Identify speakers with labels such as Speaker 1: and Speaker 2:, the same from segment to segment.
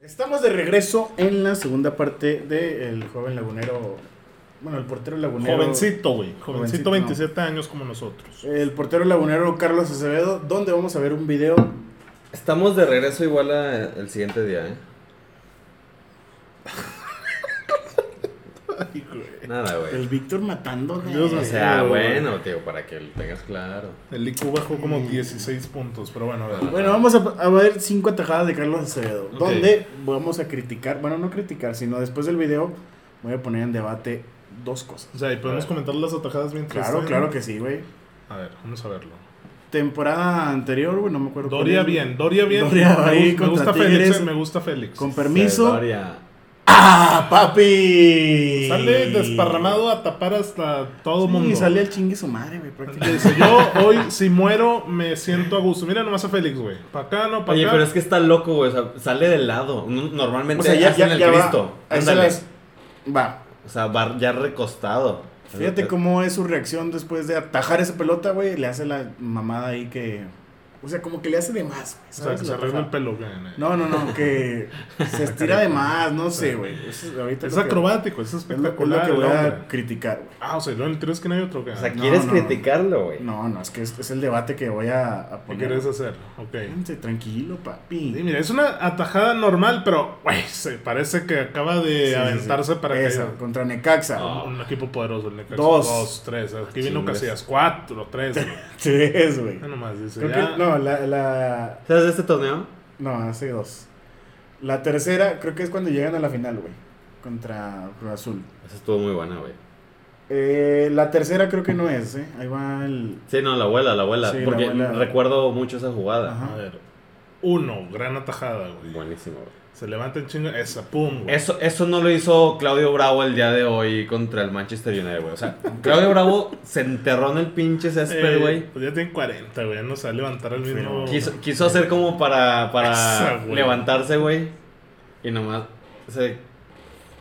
Speaker 1: Estamos de regreso en la segunda parte de El joven lagunero. Bueno, el portero lagunero.
Speaker 2: Jovencito, güey.
Speaker 1: Jovencito,
Speaker 2: Jovencito, 27 años como nosotros.
Speaker 1: El portero lagunero Carlos Acevedo, donde vamos a ver un video.
Speaker 3: Estamos de regreso igual a- el siguiente día, ¿eh? Nada,
Speaker 1: El
Speaker 3: güey.
Speaker 1: Víctor matando.
Speaker 2: Dios mío.
Speaker 3: O sea,
Speaker 2: Pero-
Speaker 3: bueno, tío, para que lo tengas claro.
Speaker 2: El IQ bajó como 16 puntos, pero bueno, a ver.
Speaker 1: Bueno, vamos a, a ver cinco atajadas de Carlos Acevedo,
Speaker 2: Ok.
Speaker 1: donde vamos a criticar, bueno, no criticar, sino después del video voy a poner en debate dos cosas.
Speaker 2: O sea, y podemos comentar las atajadas mientras.
Speaker 1: Ah. Claro,
Speaker 2: están?
Speaker 1: claro que sí, güey.
Speaker 2: A ver, vamos a verlo.
Speaker 1: Temporada anterior, güey, no me acuerdo.
Speaker 2: Doria
Speaker 1: cuál es.
Speaker 2: bien, Doria bien.
Speaker 1: Doria
Speaker 2: me,
Speaker 1: ahí
Speaker 2: gu- me
Speaker 1: contra
Speaker 2: gusta Félix,
Speaker 1: Tigres.
Speaker 2: eh, me gusta Félix.
Speaker 1: Con permiso.
Speaker 3: Cedoria.
Speaker 1: ¡Ah, papi!
Speaker 2: Sale desparramado a tapar hasta todo
Speaker 1: Sí,
Speaker 2: mundo.
Speaker 1: sale al chingue su madre, güey,
Speaker 2: Le
Speaker 1: prácticamente.
Speaker 2: Dice, yo hoy si muero me siento a gusto. Mira nomás a Félix, güey. Pa' acá, no, pa'
Speaker 3: Oye,
Speaker 2: acá.
Speaker 3: pero es que está loco, güey. o sea, sale del lado. No- Normalmente
Speaker 1: O sea, ya,
Speaker 3: hacen
Speaker 1: ya,
Speaker 3: el
Speaker 1: ya
Speaker 3: Cristo.
Speaker 1: va. Ahí se
Speaker 3: Ándale.
Speaker 1: las- Va.
Speaker 3: O sea, va ya recostado.
Speaker 1: Fíjate cómo es su reacción después de atajar esa pelota, güey. Le hace la mamada ahí que. O sea, como que le hace de más, güey.
Speaker 2: O sea,
Speaker 1: ¿sabes?
Speaker 2: que se
Speaker 1: La
Speaker 2: arregla el
Speaker 1: tajada.
Speaker 2: pelo. güey, eh.
Speaker 1: No, no, no, que se estira de más, no sé, güey. Eso Es, ahorita
Speaker 2: Es
Speaker 1: lo que-
Speaker 2: acrobático, es
Speaker 1: Es lo, es
Speaker 2: espectacular.
Speaker 1: lo que
Speaker 2: el
Speaker 1: voy a
Speaker 2: hombre.
Speaker 1: criticar, güey.
Speaker 2: Ah, o sea, no, el tiro es que no hay otro. güey.
Speaker 3: O sea,
Speaker 2: ¿Qué
Speaker 1: no,
Speaker 3: quieres
Speaker 1: no, no.
Speaker 3: criticarlo, güey.
Speaker 1: No, no, es que es, es el debate que voy a, a poner.
Speaker 2: quieres hacer? eh, Ok.
Speaker 1: Cálmense, Tranquilo, papi.
Speaker 2: Sí, mira, es una atajada normal, pero, güey, se parece que acaba de
Speaker 1: Sí, sí,
Speaker 2: aventarse
Speaker 1: sí.
Speaker 2: para que
Speaker 1: Esa, contra Necaxa.
Speaker 3: Ah.
Speaker 2: Un equipo poderoso, el Necaxa.
Speaker 1: Dos. Ah,
Speaker 2: Dos, tres. Aquí vino
Speaker 3: Chingas.
Speaker 2: Casillas. Cuatro, tres. güey.
Speaker 1: Tres, güey.
Speaker 2: Ya nomás dice.
Speaker 1: Creo
Speaker 2: ya.
Speaker 1: que, no, la, la.
Speaker 3: ¿Sabes de este torneo?
Speaker 1: No, hace dos. La tercera, creo que es cuando llegan a la final, güey. Contra Cruz Azul.
Speaker 3: Esa estuvo muy buena, güey.
Speaker 1: Eh, la tercera creo que no es, ¿eh? Ahí va el.
Speaker 3: Sí, no, la abuela, la abuela.
Speaker 1: Sí, la
Speaker 3: porque
Speaker 1: abuela.
Speaker 3: recuerdo mucho esa jugada.
Speaker 1: Ajá.
Speaker 2: A ver. Uno, gran atajada, güey.
Speaker 3: Buenísimo, güey.
Speaker 2: Se levanta en chinga. Esa, pum, güey.
Speaker 3: Eso, eso no lo hizo Claudio Bravo el día de hoy contra el Manchester United, güey. O sea, Claudio Bravo se enterró en el pinche
Speaker 2: Eh,
Speaker 3: césped, güey.
Speaker 2: Pues ya tiene 40, güey. Ya no sabe levantar el mismo.
Speaker 3: Quiso, quiso hacer como para, para
Speaker 2: Esa, güey.
Speaker 3: levantarse, güey. Y nomás se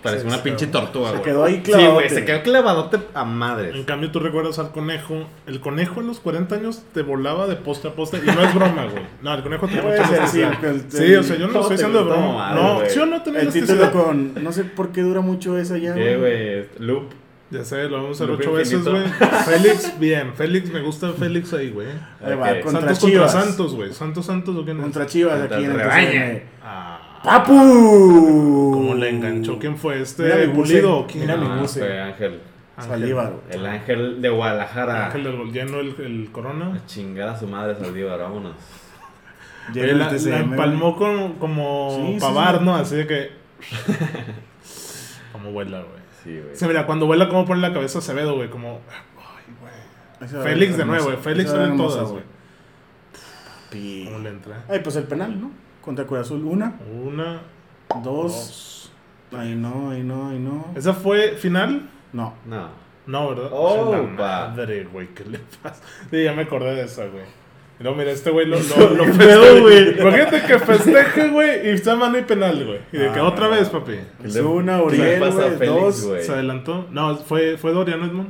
Speaker 3: pareció
Speaker 1: Se-
Speaker 3: una
Speaker 1: se-
Speaker 3: pinche tortuga,
Speaker 1: Se
Speaker 3: güey.
Speaker 1: quedó ahí
Speaker 3: Sí,
Speaker 1: clavado.
Speaker 3: güey, se quedó clavadote a
Speaker 2: En
Speaker 3: madres.
Speaker 2: cambio, tú recuerdas al conejo. El conejo en los 40 años te volaba de poste a poste. Y no es broma, güey. No, el conejo te
Speaker 1: Puede ser, sí, el- el-
Speaker 2: Sí, o sea, yo no lo estoy
Speaker 3: te
Speaker 2: haciendo de
Speaker 3: gustó,
Speaker 2: broma.
Speaker 3: madre,
Speaker 2: no,
Speaker 3: güey.
Speaker 2: sí o no tenía
Speaker 1: El
Speaker 2: elasticidad.
Speaker 1: título con. No sé por qué dura mucho esa ya,
Speaker 3: ¿Qué,
Speaker 1: güey.
Speaker 3: güey? Loop.
Speaker 2: Ya sé, lo vamos a hacer
Speaker 3: Loop
Speaker 2: ocho veces,
Speaker 3: infinito.
Speaker 2: güey. Félix, bien. Félix, me gusta Félix ahí, güey.
Speaker 1: Ahí va,
Speaker 3: Ok.
Speaker 1: Contra
Speaker 2: Santos
Speaker 1: Chivas.
Speaker 2: contra Santos, güey. Santos, Santos, ¿o quién es?
Speaker 1: Contra Chivas
Speaker 3: Contra
Speaker 1: aquí en el
Speaker 3: Rebaña.
Speaker 1: TCM.
Speaker 2: Ah,
Speaker 1: ¡Papu!
Speaker 2: ¿Cómo le enganchó? ¿Quién fue
Speaker 1: Mira
Speaker 2: este?
Speaker 1: mi buce.
Speaker 2: ¿Pulido? o ¿Quién?
Speaker 1: Mira mi
Speaker 2: Ah,
Speaker 3: No,
Speaker 1: buce.
Speaker 3: fue Ángel.
Speaker 2: Ángel. Ah,
Speaker 1: Saldívar, güey.
Speaker 3: El ángel de Guadalajara.
Speaker 2: Ángel del gol lleno el, el corona.
Speaker 3: A chingar a su madre, Saldívar, vámonos.
Speaker 1: Llega
Speaker 2: Oye,
Speaker 1: el
Speaker 2: la,
Speaker 1: TCM,
Speaker 2: la
Speaker 1: güey.
Speaker 2: empalmó como,
Speaker 1: Sí,
Speaker 2: como
Speaker 1: sí,
Speaker 2: pavar,
Speaker 1: sí.
Speaker 2: ¿no? Así de que. como vuela, güey.
Speaker 3: Sí, güey.
Speaker 2: Sí, mira, cuando vuela, como pone la cabeza Acevedo, güey. Como. Ay, güey.
Speaker 1: Esa era
Speaker 2: Félix de
Speaker 1: hermosa.
Speaker 2: nuevo, güey. Félix
Speaker 1: Esa era
Speaker 2: en
Speaker 1: hermosa,
Speaker 2: todas, güey.
Speaker 1: Pi.
Speaker 2: ¿Cómo le entra?
Speaker 1: Ay, pues el penal, ¿no? Contra Cruz Azul, una,
Speaker 2: Una,
Speaker 1: dos.
Speaker 2: dos.
Speaker 1: Ay, no, ay, no, ay, no.
Speaker 2: ¿Esa fue final?
Speaker 1: No.
Speaker 3: No.
Speaker 2: No, ¿verdad?
Speaker 3: Oh,
Speaker 2: La
Speaker 3: pa.
Speaker 2: madre, güey, ¿qué le pasa? Sí, ya me acordé de esa, güey. Y luego, mira, este güey lo, lo,
Speaker 1: Eso
Speaker 2: lo
Speaker 1: bien
Speaker 2: festeja,
Speaker 1: pedo,
Speaker 2: güey.
Speaker 1: güey.
Speaker 2: Imagínate que festeje, güey, y está mano y penal, güey. Y de que
Speaker 1: Ah.
Speaker 2: otra vez, papi.
Speaker 3: ¿Qué
Speaker 1: Es
Speaker 3: le-
Speaker 1: una,
Speaker 3: qué le
Speaker 1: Uriel,
Speaker 3: pasa a
Speaker 1: güey,
Speaker 3: Félix,
Speaker 1: dos.
Speaker 3: Pues güey?
Speaker 2: Se adelantó. No, fue, fue Dorian Edmond.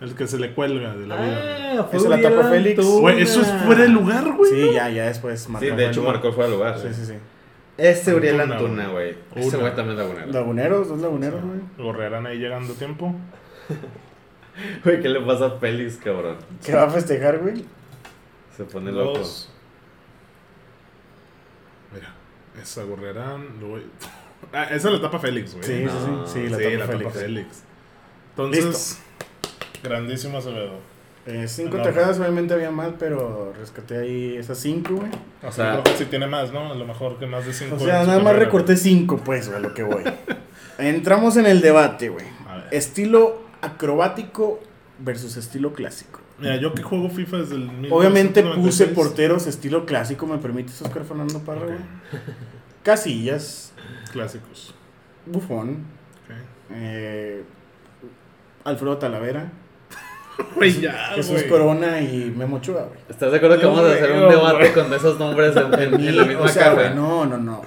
Speaker 2: El que se le cuelga de la vida.
Speaker 3: Ah,
Speaker 1: Esa la tapa
Speaker 3: Uriel
Speaker 1: Félix.
Speaker 3: Antuna.
Speaker 2: Güey, eso es fuera de lugar, güey.
Speaker 1: Sí, ya, ya después
Speaker 3: Sí,
Speaker 1: marcó
Speaker 3: de hecho
Speaker 1: Manuel.
Speaker 3: marcó fuera de lugar.
Speaker 1: Sí, sí, sí.
Speaker 3: Ese Este Uriel
Speaker 2: Antuna,
Speaker 3: Antuna, güey. Ese
Speaker 2: Una.
Speaker 3: güey también es lagunero.
Speaker 1: Laguneros, dos laguneros, güey.
Speaker 2: Gorrearán ahí llegando a tiempo.
Speaker 3: Güey, ¿qué le pasa a Félix, cabrón?
Speaker 1: Que va a festejar, güey.
Speaker 3: Se pone loco.
Speaker 2: Dos. Mira, esa gorrearán. Luego... Ah, esa la tapa Félix, güey.
Speaker 1: Sí,
Speaker 3: No.
Speaker 1: sí, sí. Sí, la
Speaker 2: sí,
Speaker 1: tapa
Speaker 2: la
Speaker 1: Félix.
Speaker 2: tapa Félix. Entonces, grandísimo Acevedo.
Speaker 1: Eh, cinco
Speaker 2: No,
Speaker 1: tajadas, obviamente había más, pero rescaté ahí esas cinco, güey.
Speaker 2: O
Speaker 3: sea,
Speaker 2: sea, creo que sí tiene más, ¿no? A lo mejor que más de 5.
Speaker 1: O sea, nada más recorté cinco, pues, güey, a lo que voy. Entramos en el debate, güey.
Speaker 2: A ver.
Speaker 1: Estilo acrobático versus estilo clásico.
Speaker 2: Mira, yo que juego FIFA desde el. 1996.
Speaker 1: Obviamente puse porteros estilo clásico, ¿me permites, Oscar Fernando Parra,
Speaker 2: Ok,
Speaker 1: güey? Casillas,
Speaker 2: Clásicos.
Speaker 1: Bufón,
Speaker 2: Ok.
Speaker 1: eh, Alfredo Talavera,
Speaker 2: Güey, ya,
Speaker 1: Jesús
Speaker 2: Ah, güey.
Speaker 1: Corona y Memo Ochoa, güey.
Speaker 3: ¿Estás de acuerdo que
Speaker 2: No,
Speaker 3: vamos a
Speaker 2: güey,
Speaker 3: hacer
Speaker 2: no,
Speaker 3: un debate
Speaker 2: güey.
Speaker 3: con esos nombres en, en- en la misma
Speaker 1: o sea,
Speaker 3: cara?
Speaker 1: güey, no, no, no.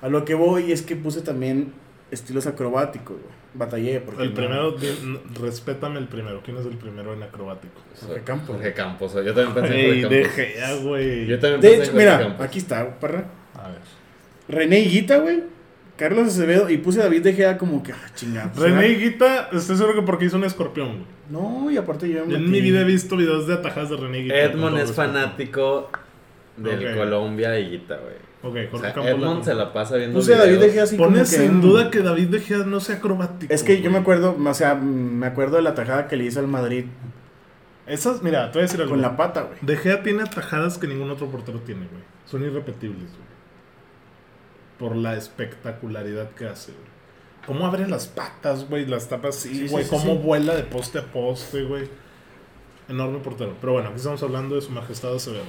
Speaker 1: A lo que voy es que puse también estilos acrobáticos, güey. Batallé, porque
Speaker 2: El
Speaker 1: no-
Speaker 2: primero, di- n- respétame el primero. ¿Quién es el primero en acrobático?
Speaker 1: Jorge Campos.
Speaker 3: Jorge Campos. Yo también pensé
Speaker 2: Ey,
Speaker 3: en Jorge Campos.
Speaker 2: deje ya, güey.
Speaker 3: Yo también
Speaker 1: De hecho,
Speaker 3: pensé en Jorge
Speaker 1: mira,
Speaker 3: Campos.
Speaker 1: aquí está, parra.
Speaker 2: A ver.
Speaker 1: René Higuita, güey. Carlos Acevedo y puse a David De Gea como que, ah, chingada. pues,
Speaker 2: René
Speaker 1: era-
Speaker 2: Higuita, estoy seguro que porque hizo un escorpión, güey.
Speaker 1: No, y aparte yo me
Speaker 2: En
Speaker 1: metí-
Speaker 2: mi vida he visto videos de atajadas de René Higuita. con
Speaker 3: Edmond
Speaker 2: todo
Speaker 3: es
Speaker 2: respeto.
Speaker 3: fanático del
Speaker 2: Ok.
Speaker 3: Colombia y Guita, güey.
Speaker 2: Ok,
Speaker 3: O
Speaker 2: Jorge
Speaker 3: sea,
Speaker 2: Campos
Speaker 3: Edmond se la pasa viendo
Speaker 1: Puse a Pues David De
Speaker 3: videos.
Speaker 1: Gea así como
Speaker 2: Pones
Speaker 1: que,
Speaker 2: en
Speaker 1: mm,
Speaker 2: duda que David De Gea no sea acrobático.
Speaker 1: Es que yo me
Speaker 2: güey.
Speaker 1: acuerdo, o sea, mm, me acuerdo de la tajada que le hizo al Madrid
Speaker 2: Esas, mira, te voy a decir algo.
Speaker 1: con la pata, güey.
Speaker 2: De Gea tiene atajadas que ningún otro portero tiene, güey. Son irrepetibles, güey. Por la espectacularidad que hace, güey. Cómo abre las patas, güey, las tapas así,
Speaker 1: Sí, sí,
Speaker 2: güey.
Speaker 1: sí,
Speaker 2: cómo
Speaker 1: sí.
Speaker 2: vuela de poste a poste, güey. Enorme portero. Pero bueno, aquí estamos hablando de su majestad Acevedo.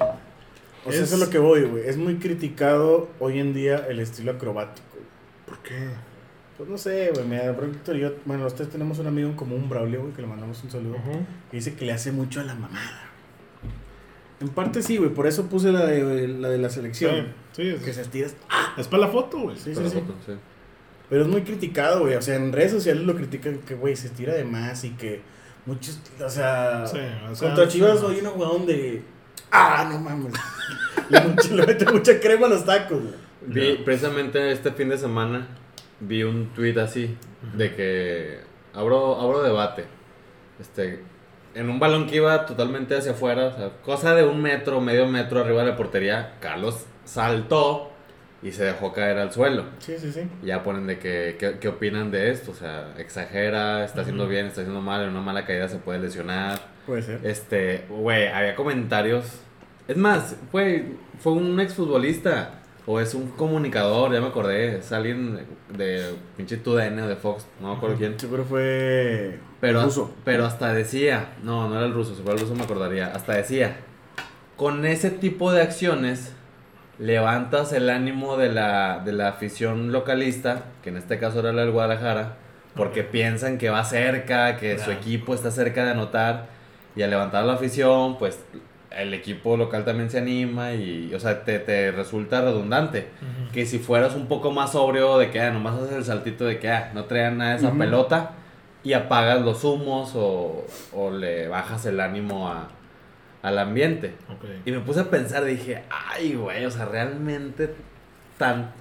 Speaker 1: O sea,
Speaker 2: Es-
Speaker 1: eso es lo que voy, güey. Es muy criticado hoy en día el estilo acrobático. güey.
Speaker 2: ¿Por qué?
Speaker 1: Pues no sé, güey. Me pronto yo, bueno, ustedes tenemos un amigo en común, Braulio, güey, que le mandamos un saludo. Que dice que le hace mucho a la mamada. En parte sí, güey. Por eso puse la de la, de la
Speaker 2: Sí,
Speaker 1: selección.
Speaker 2: sí, es,
Speaker 1: Que se estira.
Speaker 2: es para la foto, güey.
Speaker 1: Sí,
Speaker 3: Pero
Speaker 1: sí, sí.
Speaker 3: bueno, sí.
Speaker 1: Pero es muy criticado, güey. O sea, en redes sociales lo critican que, güey, se estira de más y que muchos. O sea.
Speaker 2: Sí, o sea,
Speaker 1: Contra Chivas
Speaker 2: sí.
Speaker 1: hoy una weón de. ¡Ah, no mames! Le, mucho- le mete mucha crema a los tacos, güey.
Speaker 3: Vi, precisamente este fin de semana vi un tweet así de que abro, abro debate. Este, en un balón que iba totalmente hacia afuera, o sea, cosa de un metro, medio metro arriba de la portería, Carlos saltó y se dejó caer al suelo.
Speaker 1: Sí, sí, sí.
Speaker 3: Ya ponen de que, qué- qué opinan de esto, o sea, exagera, está haciendo
Speaker 2: Ujú.
Speaker 3: bien, está haciendo mal, en una mala caída se puede lesionar.
Speaker 1: Puede ser.
Speaker 3: Este, güey, había comentarios. Es más, fue, fue un exfutbolista. O es un comunicador, ya me acordé. Es alguien de pinche TUDN o de Fox, no me acuerdo quién.
Speaker 1: Seguro fue.
Speaker 3: Pero,
Speaker 1: Ruso.
Speaker 3: pero hasta decía, no, no era el ruso, si fuera el ruso me acordaría. Hasta decía, con ese tipo de acciones levantas el ánimo de la, de la afición localista, que en este caso era la del Guadalajara, porque piensan que va cerca, que su
Speaker 2: Claro.
Speaker 3: equipo está cerca de anotar, y al levantar la afición, pues el equipo local también se anima y, o sea, te, te resulta redundante.
Speaker 2: Ujú.
Speaker 3: Que si fueras un poco más sobrio de que ah, nomás haces el saltito de que ah, no traen nada de esa
Speaker 1: Ujú.
Speaker 3: pelota y apagas los humos o, o le bajas el ánimo a- al ambiente.
Speaker 2: Ok.
Speaker 3: Y me puse a pensar, dije, ay, güey, o sea, realmente tan,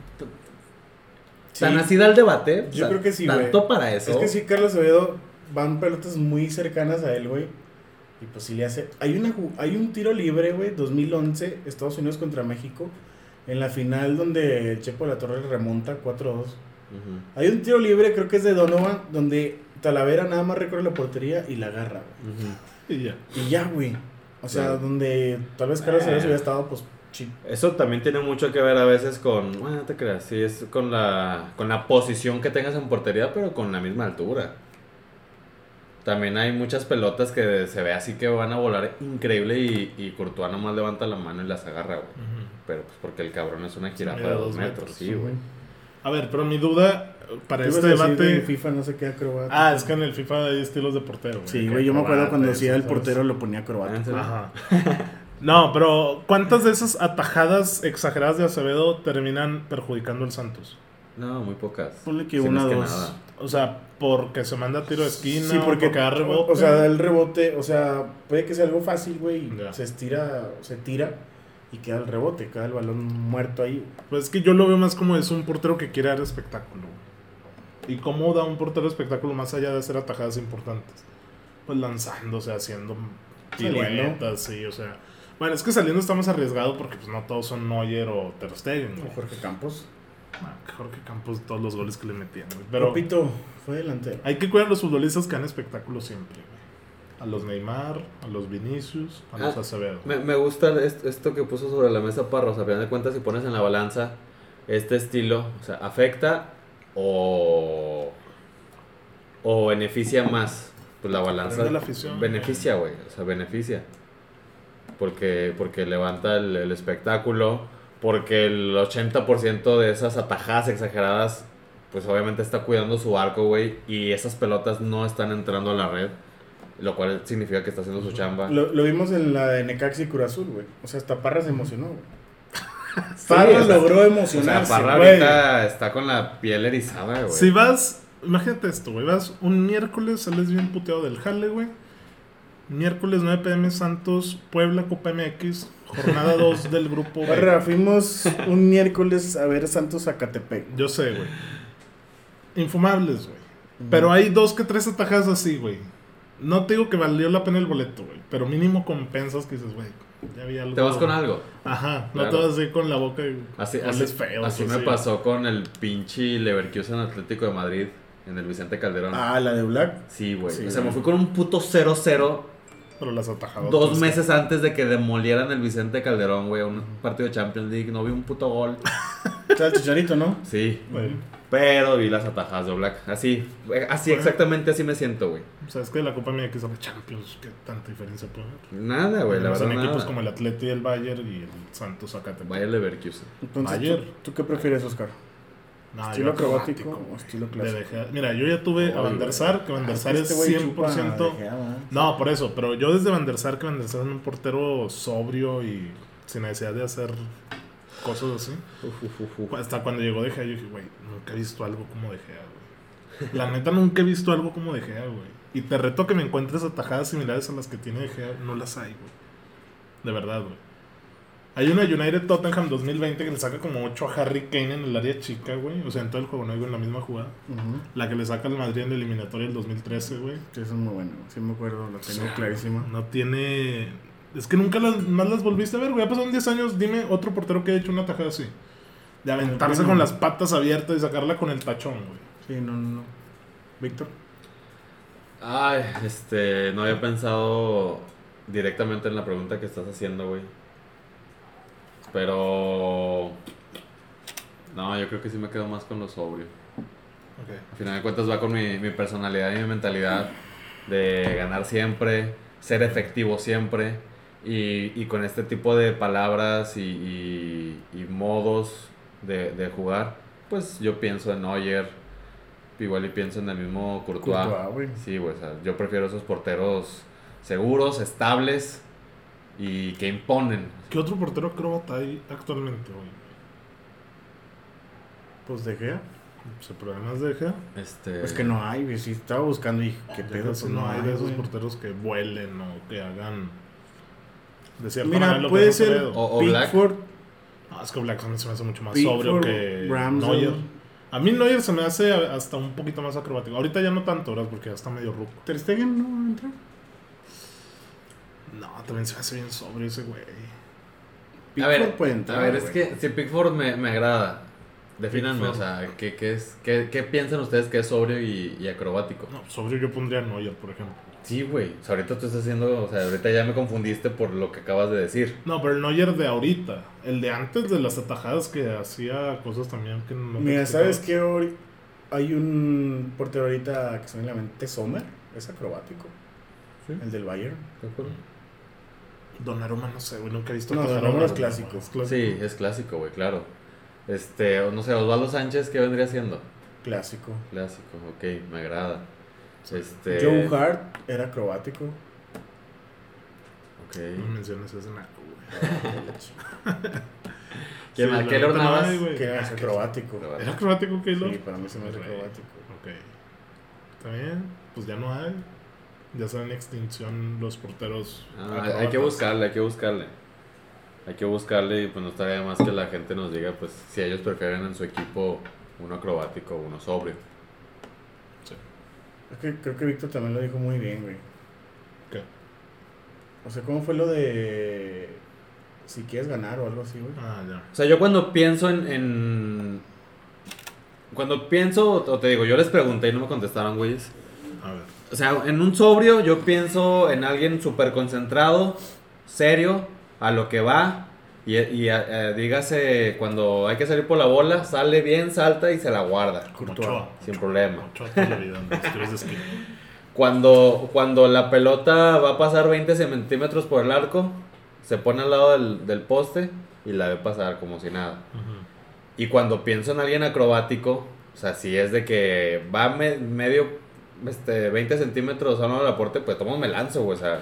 Speaker 1: Sí.
Speaker 3: tan así da el debate.
Speaker 1: Yo creo que sí,
Speaker 3: Tanto
Speaker 1: güey.
Speaker 3: para eso.
Speaker 1: Es que sí, Carlos Oviedo van pelotas muy cercanas a él, güey. Y pues sí le hace. Hay, una, ju- hay un tiro libre, güey, 2011, Estados Unidos contra México. En la final donde el Chepo de la Torre le remonta 4-2.
Speaker 3: Ujú.
Speaker 1: Hay un tiro libre, creo que es de Donovan, donde Talavera nada más recorre la portería y la agarra, güey.
Speaker 3: Ujú.
Speaker 2: Y ya.
Speaker 1: Y ya, güey. O sea,
Speaker 3: Claro.
Speaker 1: donde tal vez Carlos
Speaker 3: Eh.
Speaker 1: Acevedo se hubiera estado, pues, chi-
Speaker 3: Eso también tiene mucho que ver a veces con, bueno, no te creas, sí, es con la, con la posición que tengas en portería, pero con la misma altura. También hay muchas pelotas que se ve así que van a volar increíble y, y Courtois nomás levanta la mano y las agarra, güey.
Speaker 2: Ujú.
Speaker 3: Pero pues porque el cabrón es una jirafa
Speaker 2: mide
Speaker 3: de
Speaker 2: dos
Speaker 3: dos metros,
Speaker 2: metros,
Speaker 3: sí, güey.
Speaker 2: A ver, pero mi duda eh, para
Speaker 1: Tú ibas
Speaker 2: este
Speaker 1: a decir
Speaker 2: debate.
Speaker 1: de FIFA no se queda acrobata.
Speaker 2: Ah, es que en el FIFA hay estilos de portero, güey.
Speaker 1: Sí,
Speaker 2: Que
Speaker 1: güey, yo me acuerdo
Speaker 2: acrobata,
Speaker 1: cuando
Speaker 2: eso,
Speaker 1: hacía el
Speaker 2: ¿sabes?
Speaker 1: portero lo ponía acrobata.
Speaker 3: Ah,
Speaker 2: Ajá. No, pero ¿cuántas de esas atajadas exageradas de Acevedo terminan perjudicando al Santos?
Speaker 3: No, muy pocas.
Speaker 1: Ponle que
Speaker 3: Si no
Speaker 1: una,
Speaker 3: es
Speaker 1: dos.
Speaker 3: nada.
Speaker 2: O sea, porque se manda tiro de esquina,
Speaker 1: Sí, porque,
Speaker 2: da rebote.
Speaker 1: o sea, da el rebote, o sea, puede que sea algo fácil, güey, y
Speaker 2: Ya.
Speaker 1: se estira, se tira y queda el rebote, queda el balón muerto ahí.
Speaker 2: Pues es que yo lo veo más como es un portero que quiere dar espectáculo. güey. ¿Y cómo da un portero espectáculo más allá de hacer atajadas importantes? Pues lanzándose, haciendo piruetas, sí, o sea. Bueno, es que saliendo está más arriesgado porque pues no todos son Neuer o Ter Stegen, güey.
Speaker 1: O Jorge Campos.
Speaker 2: Ah, Jorge Campos, todos los goles que le metían, güey.
Speaker 1: Pero
Speaker 2: Pero
Speaker 1: Pito fue delantero.
Speaker 2: hay que cuidar a los futbolistas que dan espectáculo siempre, güey. A los Neymar, a los Vinicius, a los
Speaker 3: Ah,
Speaker 2: Acevedo.
Speaker 3: Me, me gusta est- esto que puso sobre la mesa Parro. O sea, a final de cuentas, si pones en la balanza este estilo, o sea, ¿afecta o, o beneficia más? Pues la balanza
Speaker 2: Depende de la afición.
Speaker 3: beneficia, güey. O sea, beneficia. Porque, porque levanta el, el espectáculo, porque el 80% de esas atajadas exageradas, pues obviamente está cuidando su arco, güey, y esas pelotas no están entrando a la red, lo cual significa que está haciendo su chamba.
Speaker 1: Lo, lo vimos en la de Necaxi y Cruz Azul, güey. O sea, hasta Parra se emocionó, güey.
Speaker 3: Sí,
Speaker 1: Parra
Speaker 3: o sea,
Speaker 1: logró
Speaker 3: O sea,
Speaker 1: emocionarse.
Speaker 3: Parra
Speaker 1: güey.
Speaker 3: ahorita está con la piel erizada, güey.
Speaker 2: Si vas, imagínate esto, güey. Vas un miércoles, sales bien puteado del jale, güey. Miércoles 9 pm Santos, Puebla, Copa MX, jornada 2 del grupo. B.
Speaker 1: Parra, fuimos un miércoles a ver Santos Zacatepec.
Speaker 2: Yo sé, güey. infumables, güey. Pero hay dos que tres atajadas así, güey. No te digo que valió la pena el boleto, güey. Pero mínimo compensas que dices, güey, ya había algo.
Speaker 3: Te vas con algo.
Speaker 2: Ajá, no te
Speaker 3: Claro.
Speaker 2: vas a ir con la boca y
Speaker 3: Así,
Speaker 2: hueles
Speaker 3: así,
Speaker 2: feo,
Speaker 3: así
Speaker 2: o
Speaker 3: me
Speaker 2: sea,
Speaker 3: pasó con el pinche Leverkusen Atlético de Madrid en el Vicente Calderón.
Speaker 1: Ah, la de Black.
Speaker 3: Sí, güey.
Speaker 1: Sí,
Speaker 3: o sea,
Speaker 1: güey.
Speaker 3: me fui con un puto 0-0
Speaker 2: Pero las atajadas.
Speaker 3: dos meses antes de que demolieran el Vicente Calderón, güey. a Un partido de Champions League. No vi un puto gol.
Speaker 1: Está el chicharito, ¿no?
Speaker 3: Sí. Pero vi las atajadas de Black. Así, güey, así, exactamente así me siento, güey.
Speaker 2: O sea, es que la Copa MX a la Champions, ¿qué tanta diferencia puede haber?
Speaker 3: Nada, güey. La
Speaker 2: Menos
Speaker 3: verdad,
Speaker 2: en equipos
Speaker 3: nada.
Speaker 2: como el Atleti, el Bayern y el Santos acá también.
Speaker 3: Vaya Leverkusen.
Speaker 1: Entonces, ¿tú,
Speaker 2: Ayer.
Speaker 1: tú qué prefieres, Oscar?
Speaker 2: No,
Speaker 1: ¿Estilo
Speaker 2: yo
Speaker 1: acrobático
Speaker 2: güey.
Speaker 1: o estilo
Speaker 2: De
Speaker 1: clásico?
Speaker 2: Gea. Mira, yo ya tuve a
Speaker 3: Ay,
Speaker 2: Van der Sar, que Van der Sar
Speaker 1: este
Speaker 2: es 100%. No, por eso, pero yo desde Van der Sar, que Van der Sar es un portero sobrio y sin necesidad de hacer cosas así.
Speaker 3: Uf, uf, uf, uf.
Speaker 2: Hasta cuando llegó De Gea, yo dije, güey, nunca he visto algo como De Gea, güey. La neta, nunca he visto algo como De Gea, güey. Y te reto que me encuentres atajadas similares a las que tiene De Gea, no las hay, güey. De verdad, güey. Hay una United Tottenham 2020 que le saca como 8 a Harry Kane en el área chica, güey. O sea, en todo el juego, no digo en la misma jugada.
Speaker 1: ¿eh?
Speaker 2: La que le saca al Madrid en la eliminatoria del 2013, güey.
Speaker 1: Sí, eso es muy bueno. Sí, me acuerdo, la tengo clarísima.
Speaker 2: No tiene. Es que nunca las, más las volviste a ver, güey. Ya pasaron 10 años. Dime otro portero que haya hecho una tajada así. De aventarse
Speaker 1: Bueno.
Speaker 2: con las patas abiertas y sacarla con el tachón, güey.
Speaker 1: Sí, no, no, no. Víctor.
Speaker 3: Ay, este, no había pensado directamente en la pregunta que estás haciendo, güey. Pero... No, yo creo que sí me quedo más con lo sobrio. Al final de cuentas va con mi, mi personalidad y mi mentalidad de ganar siempre, ser efectivo siempre. Y, y con este tipo de palabras y, y- y modos de, de jugar, pues yo pienso en Neuer, igual y pienso en el mismo
Speaker 1: Courtois, güey.
Speaker 3: Sí, güey, o sea, yo prefiero esos porteros seguros, estables y que imponen.
Speaker 2: ¿Qué otro portero acróbata hay actualmente, güey?
Speaker 1: Pues de Gea.
Speaker 2: Pues el problema es de Gea.
Speaker 3: Este,
Speaker 1: Pues que no hay, güey. Sí, estaba buscando y dije, qué
Speaker 2: Ya
Speaker 1: pedo.
Speaker 2: casi
Speaker 1: Pues
Speaker 2: no, hay de esos
Speaker 1: güey.
Speaker 2: porteros que vuelen o que hagan. De cierta manera,
Speaker 1: Mira,
Speaker 2: lo
Speaker 1: puede
Speaker 2: que hace
Speaker 1: ser
Speaker 2: Toledo.
Speaker 3: O- o Black.
Speaker 1: Pickford,
Speaker 2: No, es que Blackson se me hace mucho más
Speaker 1: Pickford,
Speaker 2: sobrio que
Speaker 1: Ramsdale.
Speaker 2: Neuer. A mí Neuer se me hace hasta un poquito más acrobático. Ahorita ya no tanto, ¿verdad? Porque ya está medio ruco.
Speaker 1: Ter Stegen, ¿no? Entra.
Speaker 2: No, también se me hace bien sobrio ese güey.
Speaker 3: A
Speaker 1: Pickford
Speaker 3: ver,
Speaker 1: puede entrar.
Speaker 3: A ver, es
Speaker 1: güey.
Speaker 3: que si Pickford me, me agrada, defínanme, o
Speaker 2: Pickford.
Speaker 3: sea, ¿qué, qué es, qué, qué piensan ustedes que es sobrio y, y acrobático?
Speaker 2: No, sobrio yo pondría a Neuer, por ejemplo.
Speaker 3: Sí, güey, o sea, ahorita tú estás haciendo, o sea, ahorita ya me confundiste por lo que acabas de decir.
Speaker 2: No, pero el Neuer de ahorita. El de antes de las atajadas que hacía cosas también que no. te
Speaker 1: Mira,
Speaker 2: explicaba.
Speaker 1: ¿sabes qué? Hoy hay un portero ahorita que se me viene a la mente, Sommer. Es acrobático.
Speaker 3: Sí.
Speaker 1: El del Bayern.
Speaker 2: Donnarumma, no sé, güey, nunca he visto.
Speaker 1: No,
Speaker 2: atajar a
Speaker 1: Donnarumma es
Speaker 2: Donnarumma,
Speaker 1: clásico.
Speaker 2: güey, es clásico.
Speaker 3: Sí, es clásico, güey, claro. Este, o no sé, Osvaldo Sánchez, ¿qué vendría siendo?
Speaker 1: Clásico.
Speaker 3: Clásico, ok, me agrada. Este,
Speaker 1: Joe Hart era acrobático.
Speaker 2: No
Speaker 3: Ok.
Speaker 2: menciones ese naco, güey.
Speaker 3: ¿Quién más?
Speaker 2: la
Speaker 3: Keylor
Speaker 2: neta no
Speaker 3: Navas.
Speaker 2: hay, güey.
Speaker 1: que
Speaker 2: Ah,
Speaker 1: es
Speaker 2: que-
Speaker 1: acrobático.
Speaker 3: Acrobático.
Speaker 2: ¿Era acrobático Keylor?
Speaker 1: Sí, para mí se me hace
Speaker 2: Güey.
Speaker 1: acrobático.
Speaker 2: Ok. También, pues ya no hay. Ya están en extinción los porteros.
Speaker 3: Ah, hay- hay que
Speaker 2: acróbatas.
Speaker 3: buscarle, hay que buscarle. Hay que buscarle y pues no estaría de más que la gente nos diga pues si ellos prefieren en su equipo uno acrobático o uno sobrio.
Speaker 1: Es que creo que Víctor también lo dijo muy bien, güey.
Speaker 2: ¿Qué?
Speaker 1: O sea, ¿cómo fue lo de si quieres ganar o algo así, güey?
Speaker 2: Ah, ya.
Speaker 3: O sea, yo cuando pienso en... en- Cuando pienso, o te digo, yo les pregunté y no me contestaron, güeyes.
Speaker 2: A ver.
Speaker 3: O sea, en un sobrio yo pienso en alguien súper concentrado, serio, a lo que va. Y, y, eh, dígase, cuando hay que salir por la bola, sale bien, salta y se la guarda.
Speaker 2: Como
Speaker 1: Courtois.
Speaker 2: Ochoa.
Speaker 3: Sin problema.
Speaker 2: Como Ochoa toda la vida en los tiros de esquina.
Speaker 3: Cuando, cuando la pelota va a pasar 20 centímetros por el arco, se pone al lado del, del poste y la ve pasar como si nada.
Speaker 2: Ujú.
Speaker 3: Y cuando pienso en alguien acrobático, o sea, si es de que va me- medio, este, 20 centímetros a uno del aporte, pues tomo, me lanzo, güey, o sea.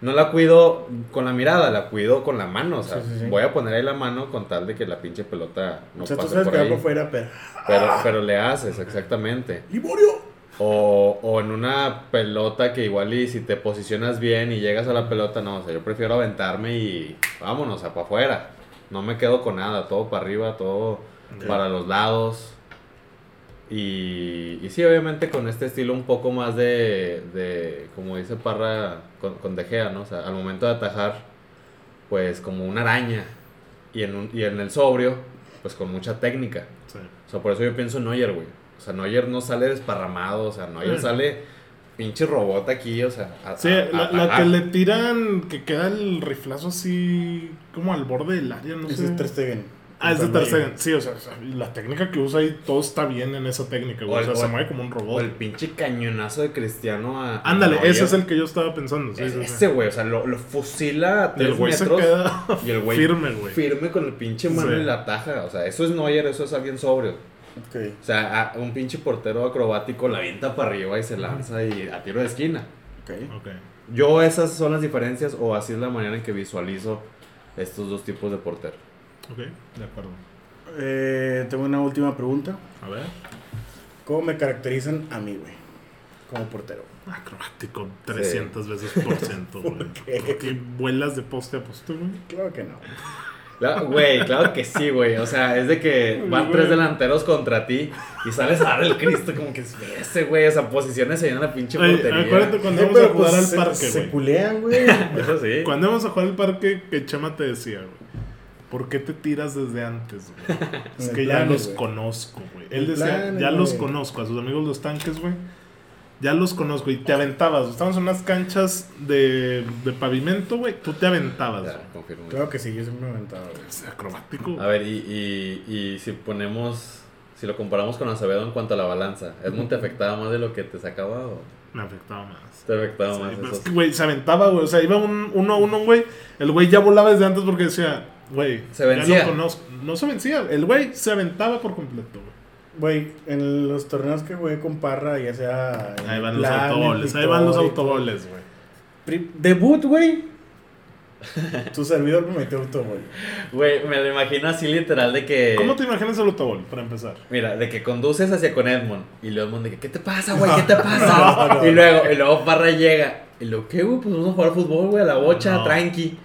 Speaker 3: No la cuido con la mirada, la cuido con la mano, o sea,
Speaker 1: Sí, sí, sí.
Speaker 3: voy a poner ahí la mano con tal de que la pinche pelota no
Speaker 1: o sea, tú
Speaker 3: pase
Speaker 1: sabes
Speaker 3: por
Speaker 1: que va
Speaker 3: ahí.
Speaker 1: por fuera, pero.
Speaker 3: Pero, pero le haces, exactamente.
Speaker 1: ¡Liborio!
Speaker 3: O, o en una pelota que igual y si te posicionas bien y llegas a la pelota, no, o sea, yo prefiero aventarme y vámonos, a para afuera. No me quedo con nada, todo para arriba, todo
Speaker 2: Ya.
Speaker 3: para los lados. Y, y sí, obviamente con este estilo un poco más de, de como dice Parra, con, con De Gea, ¿no? O sea, al momento de atajar, pues como una araña. Y en, un- y en el sobrio, pues con mucha técnica.
Speaker 2: Sí.
Speaker 3: O sea, por eso yo pienso en Neuer, güey. O sea, Neuer no sale desparramado, o sea, Neuer
Speaker 2: Mm.
Speaker 3: sale pinche robot aquí, o sea. a-
Speaker 2: Sí,
Speaker 3: a-
Speaker 2: la,
Speaker 3: a-
Speaker 2: la
Speaker 3: a-
Speaker 2: que
Speaker 3: a-
Speaker 2: le tiran, que queda el riflazo así, como al borde del área, no
Speaker 1: Ese
Speaker 2: sé.
Speaker 1: es Ter Stegen.
Speaker 2: Ah, es de
Speaker 1: Contra
Speaker 2: Ter
Speaker 1: el Bayern.
Speaker 2: Stegen. Sí, o sea, o sea, la técnica que usa ahí, todo está bien en esa técnica, güey.
Speaker 3: O
Speaker 2: O sea,
Speaker 3: el-
Speaker 2: se
Speaker 3: o-
Speaker 2: mueve como un
Speaker 3: O
Speaker 2: robot.
Speaker 3: el pinche cañonazo de Cristiano a. a
Speaker 2: Ándale,
Speaker 3: Neuer.
Speaker 2: ese es el que yo estaba pensando. Sí,
Speaker 3: E-
Speaker 2: sí, sí.
Speaker 3: Ese güey, o sea, lo, lo fusila a
Speaker 2: Y el
Speaker 3: tres
Speaker 2: güey se
Speaker 3: metros
Speaker 2: queda
Speaker 3: y el güey
Speaker 2: firme, güey.
Speaker 3: firme con el pinche mano
Speaker 2: Sí.
Speaker 3: en la taja. O sea, eso es Neuer, eso es alguien sobrio.
Speaker 1: Ok.
Speaker 3: O sea, a- un pinche portero acrobático la avienta para arriba y se lanza y a tiro de esquina.
Speaker 1: Ok.
Speaker 2: Ok.
Speaker 3: Yo esas son las diferencias o así es la manera en que visualizo estos dos tipos de portero.
Speaker 2: Ok, de acuerdo.
Speaker 1: Eh, tengo una última pregunta.
Speaker 2: A ver.
Speaker 1: ¿Cómo me caracterizan a mí, güey? Como portero.
Speaker 2: Acrobático, 300 veces por ciento, güey.
Speaker 1: qué?
Speaker 2: Porque vuelas de poste a poste, güey.
Speaker 1: Claro que no.
Speaker 3: La- Güey, claro que sí, güey. O sea, es de que van
Speaker 2: Güey.
Speaker 3: tres delanteros contra ti y sales a dar el Cristo como que ese, güey. O sea, posiciones se llenan la pinche
Speaker 2: Ay,
Speaker 3: portería.
Speaker 2: acuérdate cuando
Speaker 1: Eh,
Speaker 2: íbamos a
Speaker 1: pero,
Speaker 2: jugar
Speaker 1: pues,
Speaker 2: al
Speaker 1: se-
Speaker 2: parque,
Speaker 1: Se
Speaker 2: güey.
Speaker 1: culean, güey.
Speaker 3: Eso sí.
Speaker 2: Cuando íbamos a jugar al parque, que Chema te decía, güey. ¿Por qué te tiras desde antes, güey? Es
Speaker 1: En
Speaker 2: que ya
Speaker 1: planes,
Speaker 2: los
Speaker 1: güey.
Speaker 2: conozco, güey. Él
Speaker 1: En
Speaker 2: decía,
Speaker 1: planes,
Speaker 2: ya los
Speaker 1: güey.
Speaker 2: conozco, a sus amigos los tanques, güey. Ya los conozco. Y te aventabas. Estábamos en unas canchas de, de pavimento, güey. Tú te aventabas, güey.
Speaker 3: Ya, confirmo.
Speaker 1: Claro que sí, yo siempre me aventaba, güey.
Speaker 2: Es acrobático.
Speaker 3: A ver, y, y, y si ponemos, si lo comparamos con Acevedo en cuanto a la balanza, ¿Edmund te afectaba más de lo que te sacaba o
Speaker 2: Me afectaba más.
Speaker 3: te afectaba
Speaker 2: Sí,
Speaker 3: más?
Speaker 2: pero es
Speaker 3: esos?
Speaker 2: que, güey, se aventaba, güey. O sea, iba un, uno a uno, güey. El güey ya volaba desde antes porque decía, güey,
Speaker 3: Se vencía.
Speaker 2: ya lo conozco. No se vencía. El güey se aventaba por completo, güey.
Speaker 1: Güey, en los torneos que jugué con Parra, ya sea. en
Speaker 2: Ahí van los
Speaker 1: plan, en
Speaker 2: autoboles, ahí van los
Speaker 1: Victoria,
Speaker 2: autoboles, güey.
Speaker 1: pri- Debut, güey. tu servidor me metió autobol.
Speaker 3: Güey, me lo imagino así literal de que...
Speaker 2: ¿Cómo te imaginas el autobol, para empezar?
Speaker 3: Mira, de que conduces hacia con Edmond. Y luego Edmond de que, ¿qué te pasa, güey? ¿Qué te pasa?
Speaker 1: No, no.
Speaker 3: y luego, y luego Parra llega. Y lo que, güey, pues vamos a jugar fútbol, güey, a la bocha,
Speaker 2: No.
Speaker 3: tranqui.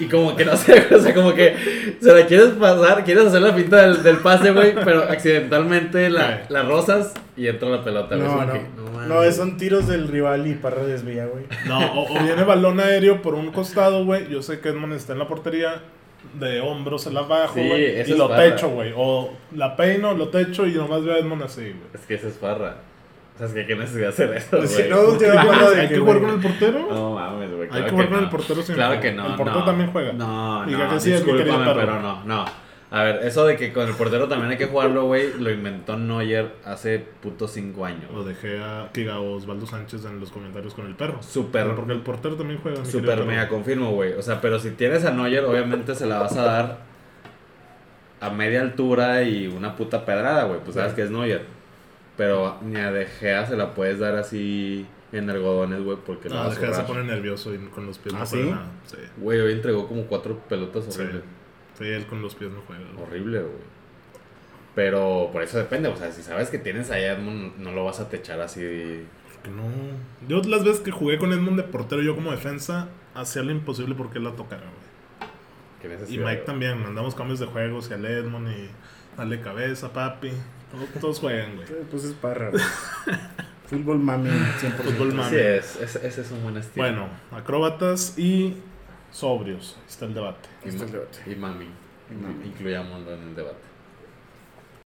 Speaker 3: Y como que no sé, güey, o sea, como que se la quieres pasar, quieres hacer la pinta del, del pase, güey, pero accidentalmente la,
Speaker 2: Sí.
Speaker 3: las rosas y entra la pelota. güey,
Speaker 1: No,
Speaker 3: es como
Speaker 1: no.
Speaker 3: que,
Speaker 1: No,
Speaker 3: mames.
Speaker 1: son tiros del rival y Parra desvía, güey.
Speaker 2: No, o, o viene balón aéreo por un costado, güey. Yo sé que Edmond está en la portería, de hombros se la bajo,
Speaker 3: Sí,
Speaker 2: güey.
Speaker 3: eso
Speaker 2: y
Speaker 3: es
Speaker 2: lo
Speaker 3: pata.
Speaker 2: techo, güey. O la peino, lo techo y nomás veo a Edmond así, güey.
Speaker 3: Es que esa es Parra. O sea, es que qué necesidad hacer eso, güey.
Speaker 1: Si Pues no, te acuerdo de
Speaker 2: Hay que
Speaker 1: que,
Speaker 2: jugar
Speaker 1: güey,
Speaker 2: con el portero.
Speaker 3: No mames, güey.
Speaker 2: Hay
Speaker 3: claro
Speaker 2: que jugar con
Speaker 3: no.
Speaker 2: el portero sin
Speaker 3: Claro
Speaker 2: juego.
Speaker 3: que no.
Speaker 2: El portero
Speaker 3: no.
Speaker 2: también juega.
Speaker 3: No, no.
Speaker 2: Diga que sí, es mi querido
Speaker 3: discúlpame,
Speaker 2: perro.
Speaker 3: pero no, no. A ver, eso de que con el portero también hay que jugarlo, güey, lo inventó Neuer hace puto cinco años.
Speaker 2: Lo dejé a, que diga, Osvaldo Sánchez en los comentarios con el perro.
Speaker 3: Súper.
Speaker 2: Porque el portero también juega. mi querido
Speaker 3: Super
Speaker 2: perro.
Speaker 3: mega confirmo, güey. O sea, pero si tienes a Neuer, obviamente se la vas a dar a media altura y una puta pedrada, güey. Pues sabes
Speaker 2: Sí.
Speaker 3: que es Neuer. Pero ni a De Gea se la puedes dar así en algodones, güey, porque la
Speaker 2: No,
Speaker 3: vas a
Speaker 2: dejé, se
Speaker 3: zurrar.
Speaker 2: pone nervioso y con los pies
Speaker 1: ¿Ah,
Speaker 2: no juega
Speaker 1: sí?
Speaker 2: nada. Sí.
Speaker 3: Güey, hoy entregó como cuatro pelotas
Speaker 2: Sí.
Speaker 3: horribles.
Speaker 2: Sí, él con los pies no juega. güey.
Speaker 3: Horrible, güey. Pero por eso depende, o sea, si sabes que tienes a Edmund, no lo vas a techar así.
Speaker 2: Que no. Yo las veces que jugué con Edmund de portero, yo como defensa, hacía lo imposible porque él la tocara, güey.
Speaker 3: que
Speaker 2: Y
Speaker 3: necesidad,
Speaker 2: Mike
Speaker 3: güey.
Speaker 2: también, mandamos cambios de juegos y al Edmund y dale cabeza, papi. Todos, todos juegan, güey.
Speaker 1: Pues es Parra, güey. Fútbol mami, 100%.
Speaker 2: Fútbol mami.
Speaker 3: Así es, es- ese es un buen estilo.
Speaker 2: Bueno, acróbatas y sobrios. Ahí está el debate.
Speaker 3: y,
Speaker 1: Este es el
Speaker 3: ma-
Speaker 1: debate.
Speaker 3: y mami.
Speaker 1: Y mami.
Speaker 3: Incluyámoslo en el debate.